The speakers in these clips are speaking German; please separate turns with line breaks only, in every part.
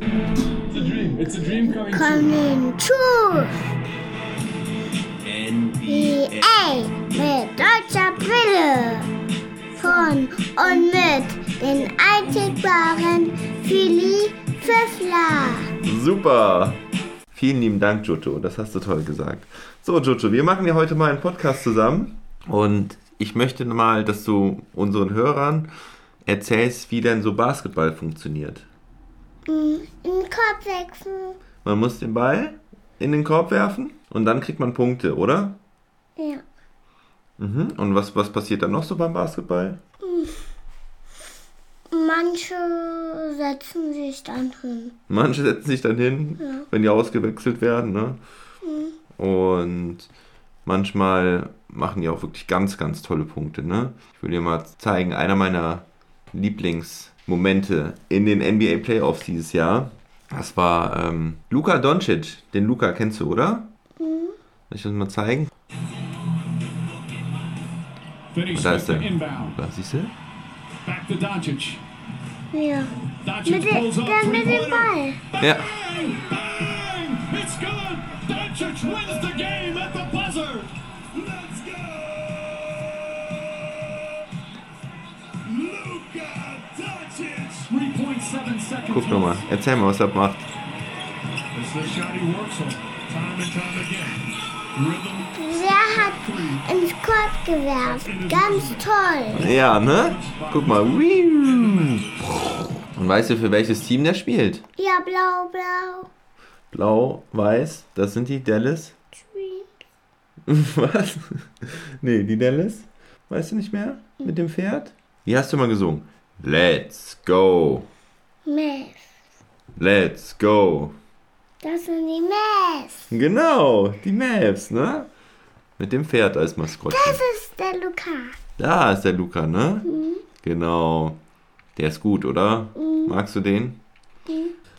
It's a dream. It's a dream coming
Coming true.
NBA.
EA mit deutscher Brille. Von und mit den einzigbaren Philly Pfiffler.
Super. Vielen lieben Dank, Jojo. Das hast du toll gesagt. So, Jojo, wir machen ja heute mal einen Podcast zusammen. Und ich möchte mal, dass du unseren Hörern erzählst, wie denn so Basketball funktioniert.
Mm, In Kopf wechseln.
Man muss den Ball in den Korb werfen und dann kriegt man Punkte, oder?
Ja.
Mhm. Und was, was passiert dann noch so beim Basketball?
Manche setzen sich dann hin.
Manche setzen sich dann hin, wenn die ausgewechselt werden. Ne? Und manchmal machen die auch wirklich ganz, ganz tolle Punkte. Ne? Ich will dir mal zeigen, einer meiner Lieblingsmomente in den NBA Playoffs dieses Jahr, das war ähm, Luka Doncic. Den Luka kennst du, oder? Soll ich das mal zeigen?
true. 30
Da ist
seconds
er.
inbound.
Da siehst du?
Back to Doncic.
Ja. Mit
Doncic
dem,
pulls up
dann mit dem
three-pointer.
Ball.
Ja.
Bang! Bang! It's good! Doncic wins the game at the buzzer! Let's go! Luka Doncic! 3.7 seconds.
Guck nochmal. Erzähl mal, was er macht.
It's the shot he works on. Time and time again. Rhythm
Wer hat ins Korb gewerfen? Ganz toll.
Ja, ne? Guck mal. Und weißt du, für welches Team der spielt?
Ja, blau, blau.
Blau, weiß, das sind die Dallas.
Dream.
Was? Nee, die Dallas. Weißt du nicht mehr? Mit dem Pferd? Wie hast du mal gesungen? Let's go.
Mess.
Let's go.
Das sind die Mess.
Genau, die Mavs, ne? Mit dem Pferd als Maskottchen.
Das ist der Luca.
Da ist der Luca, ne? Genau. Der ist gut, oder? Magst du den?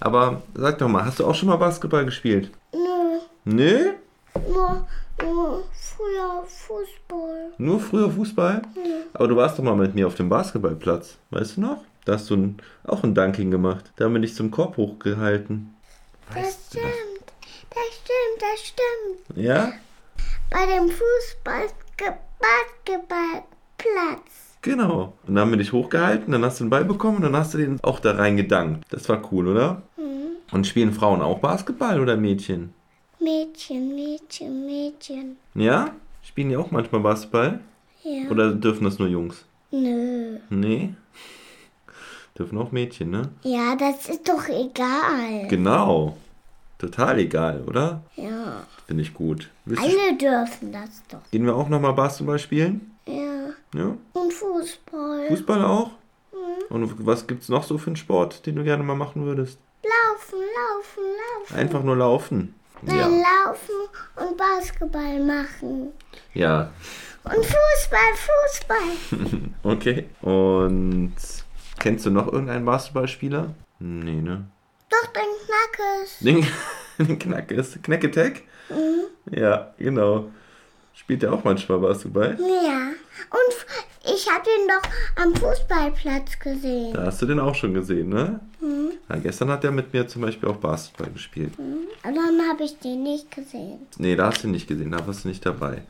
Aber sag doch mal, hast du auch schon mal Basketball gespielt?
Nö,
Nö?
nur, nur früher Fußball.
Nur früher Fußball? Aber du warst doch mal mit mir auf dem Basketballplatz, weißt du noch? Da hast du ein, auch ein Dunking gemacht. Da haben wir dich zum Korb hochgehalten.
Das stimmt. Das stimmt, das stimmt.
Ja?
Bei dem Fußball Basketballplatz.
Genau. Und dann haben wir dich hochgehalten, dann hast du den Ball bekommen und dann hast du den auch da reingedankt. Das war cool, oder? Und spielen Frauen auch Basketball oder Mädchen?
Mädchen, Mädchen, Mädchen.
Ja? Spielen die auch manchmal Basketball?
Ja.
Oder dürfen das nur Jungs?
Nö.
Nee. Dürfen auch Mädchen, ne?
Ja, das ist doch egal.
Genau. Total egal, oder?
ja.
Finde ich gut. Willst du
Alle dürfen das doch.
Gehen wir auch nochmal Basketball spielen?
Ja.
Ja.
Und Fußball.
Fußball auch? Und was gibt's noch so für einen Sport, den du gerne mal machen würdest?
Laufen, laufen, laufen.
Einfach nur laufen.
Nein,
Ja.
laufen und Basketball machen.
Ja.
Und Fußball, Fußball.
Okay. Und kennst du noch irgendeinen Basketballspieler? Nee, ne?
Doch, den Knackes.
Den, den Knack ist Knacketech? Ja, genau. Spielt der auch manchmal Basketball?
Ja. Und f- ich habe ihn doch am Fußballplatz gesehen.
Da hast du den auch schon gesehen, ne? Ja, gestern hat der mit mir zum Beispiel auch Basketball gespielt.
Aber dann habe ich den nicht gesehen.
Nee, da hast du ihn nicht gesehen, da warst du nicht dabei.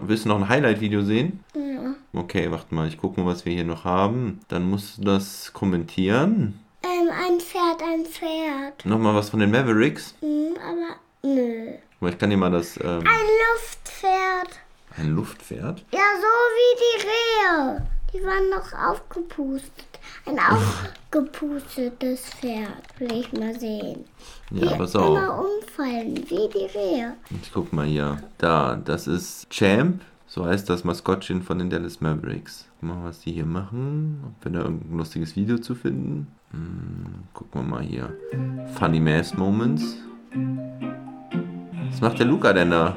Willst du noch ein Highlight-Video sehen?
Ja.
Okay, warte mal, ich gucke mal, was wir hier noch haben. Dann musst du das kommentieren.
Ähm, ein Pferd, ein Pferd.
Nochmal was von den Mavericks.
Hm, aber nö.
Guck mal, Ich kann dir mal das. Ähm,
Ein Luftpferd.
ein Luftpferd?
Ja, so wie die Rehe. Die waren noch aufgepustet. Ein aufgepustetes Pferd will ich mal sehen.
Ja,
die
aber so.
immer umfallen, wie die Rehe.
Ich guck mal hier. Da, das ist Champ. So heißt das Maskottchen von den Dallas Mavericks. Guck mal, was die hier machen. Ob wir da irgendein lustiges Video zu finden. Hm, gucken wir mal hier. Funny Mass Moments. Was macht der Luca denn da?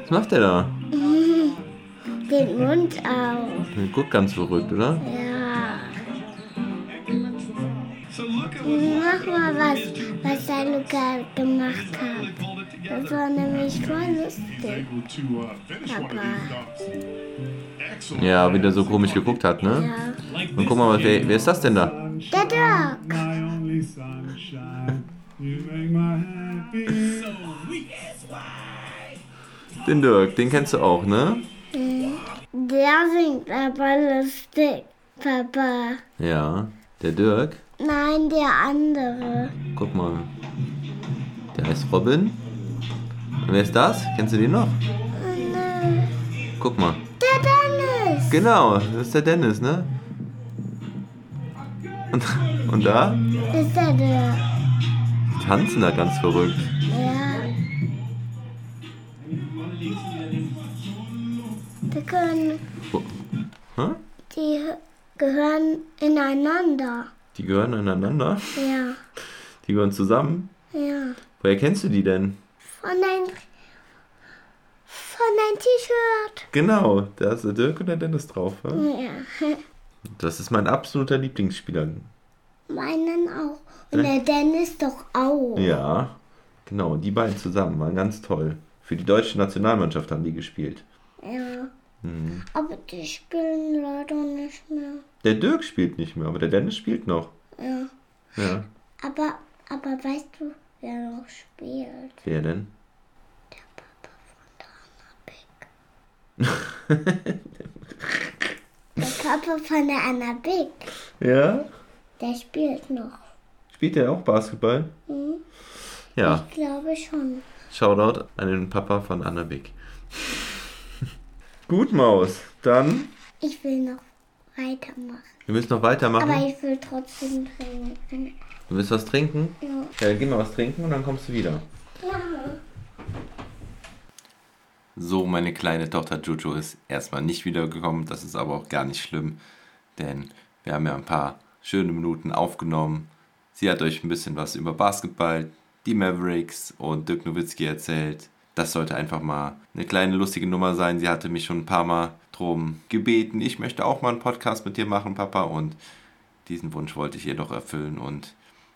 Was macht der da?
Den Mund auf.
Der guckt ganz verrückt, oder?
Ja.
So look at what
Mach mal was, was der Luca gemacht
they
hat.
pulled it
Das
together.
war nämlich voll
He's
lustig.
able to uh, finish one of these dunks.
Ja, wieder so komisch geguckt hat, ne?
Ja.
Und guck mal, wer, wer ist das denn da?
Der Dirk.
Den Dirk, den kennst du auch, ne?
Der singt aber lustig, Papa.
Ja, der Dirk.
Nein, der andere.
Guck mal. Der heißt Robin. Und wer ist das? Kennst du den noch?
Oh, Nein.
Guck mal.
Der Dennis.
Genau, das ist der Dennis, ne? Und, und da?
Ist der Dirk.
Die tanzen da ganz verrückt.
Ja. Die, können,
Wo- Hä?
die gehören ineinander.
Die gehören ineinander?
Ja.
Die gehören zusammen?
Ja.
Woher kennst du die denn?
Von dein, von dein T-Shirt.
Genau, da ist der Dirk und der Dennis drauf. hä?
Ja.
Das ist mein absoluter Lieblingsspieler.
Meinen auch. Und der Dennis doch auch.
Ja, genau, die beiden zusammen waren ganz toll. Für die deutsche Nationalmannschaft haben die gespielt.
Ja. Aber die spielen leider nicht mehr.
Der Dirk spielt nicht mehr, aber der Dennis spielt noch.
Ja.
Ja.
Aber, aber weißt du, wer noch spielt?
Wer denn?
Der Papa von der Anna Big.
Ja?
Der spielt noch.
Spielt der auch Basketball?
Mhm.
Ja,
Ich glaube schon.
Shoutout an den Papa von Anna Big. Gut, Maus, dann.
Ich will noch weitermachen.
Wir müssen noch weitermachen.
Aber ich will trotzdem trinken.
Du willst was trinken?
Ja.
Ja, dann geh mal was trinken und dann kommst du wieder. So, meine kleine Tochter Jojo ist erstmal nicht wiedergekommen. Das ist aber auch gar nicht schlimm, denn wir haben ja ein paar schöne Minuten aufgenommen. Sie hat euch ein bisschen was über Basketball, die Mavericks und Dirk Nowitzki erzählt. Das sollte einfach mal eine kleine lustige Nummer sein. Sie hatte mich schon ein paar Mal drum gebeten. Ich möchte auch mal einen Podcast mit dir machen, Papa. Und diesen Wunsch wollte ich jedoch erfüllen und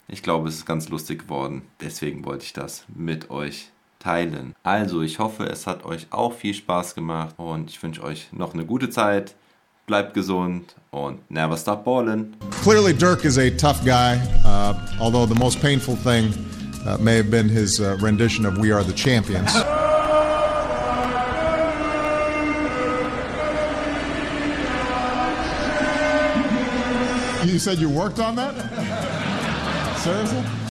ich glaube, es ist ganz lustig geworden. Deswegen wollte ich das mit euch teilen. Also, ich hoffe, es hat euch auch viel Spaß gemacht und ich wünsche euch noch eine gute Zeit. Bleibt gesund und never stop ballin'.
Clearly, Dirk is a tough guy, uh, although the most painful thing uh, may have been his uh, rendition of We Are the Champions. you said you worked on that? Seriously?